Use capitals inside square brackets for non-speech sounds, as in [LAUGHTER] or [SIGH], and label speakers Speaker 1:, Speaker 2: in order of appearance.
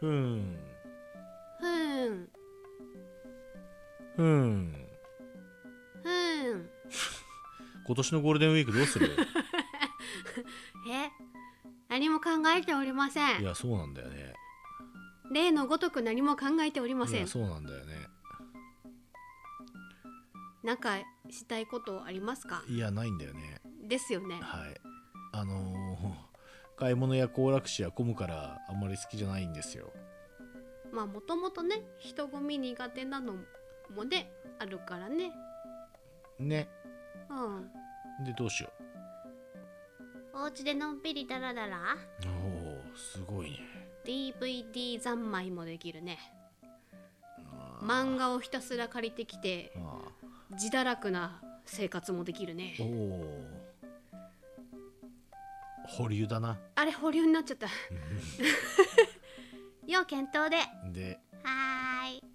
Speaker 1: ふん
Speaker 2: ふん
Speaker 1: ふん
Speaker 2: ふん
Speaker 1: 今年のゴールデンウィークどうす [LAUGHS] る
Speaker 2: え何も考えておりませ
Speaker 1: い
Speaker 2: ん
Speaker 1: やそうなんだよね
Speaker 2: 例のごとく何も考えておりま
Speaker 1: い
Speaker 2: せん
Speaker 1: やそうなんだよね
Speaker 2: なんかしたいことありますか
Speaker 1: いやないんだよね
Speaker 2: ですよね
Speaker 1: はいあのー [LAUGHS] 買い物や行楽地や混むからあんまり好きじゃないんですよ
Speaker 2: まあもともとね人混み苦手なのもねあるからね
Speaker 1: ね
Speaker 2: うん
Speaker 1: でどうしよ
Speaker 2: お家でのんびりダラダラ
Speaker 1: うおおすごいね
Speaker 2: DVD 三昧もできるね
Speaker 1: あー
Speaker 2: 漫画をひたすら借りてきて
Speaker 1: あー
Speaker 2: 自堕落な生活もできるね
Speaker 1: おお保留だな
Speaker 2: あれ保 [LAUGHS] 留になっちゃった要検討で
Speaker 1: で
Speaker 2: はーい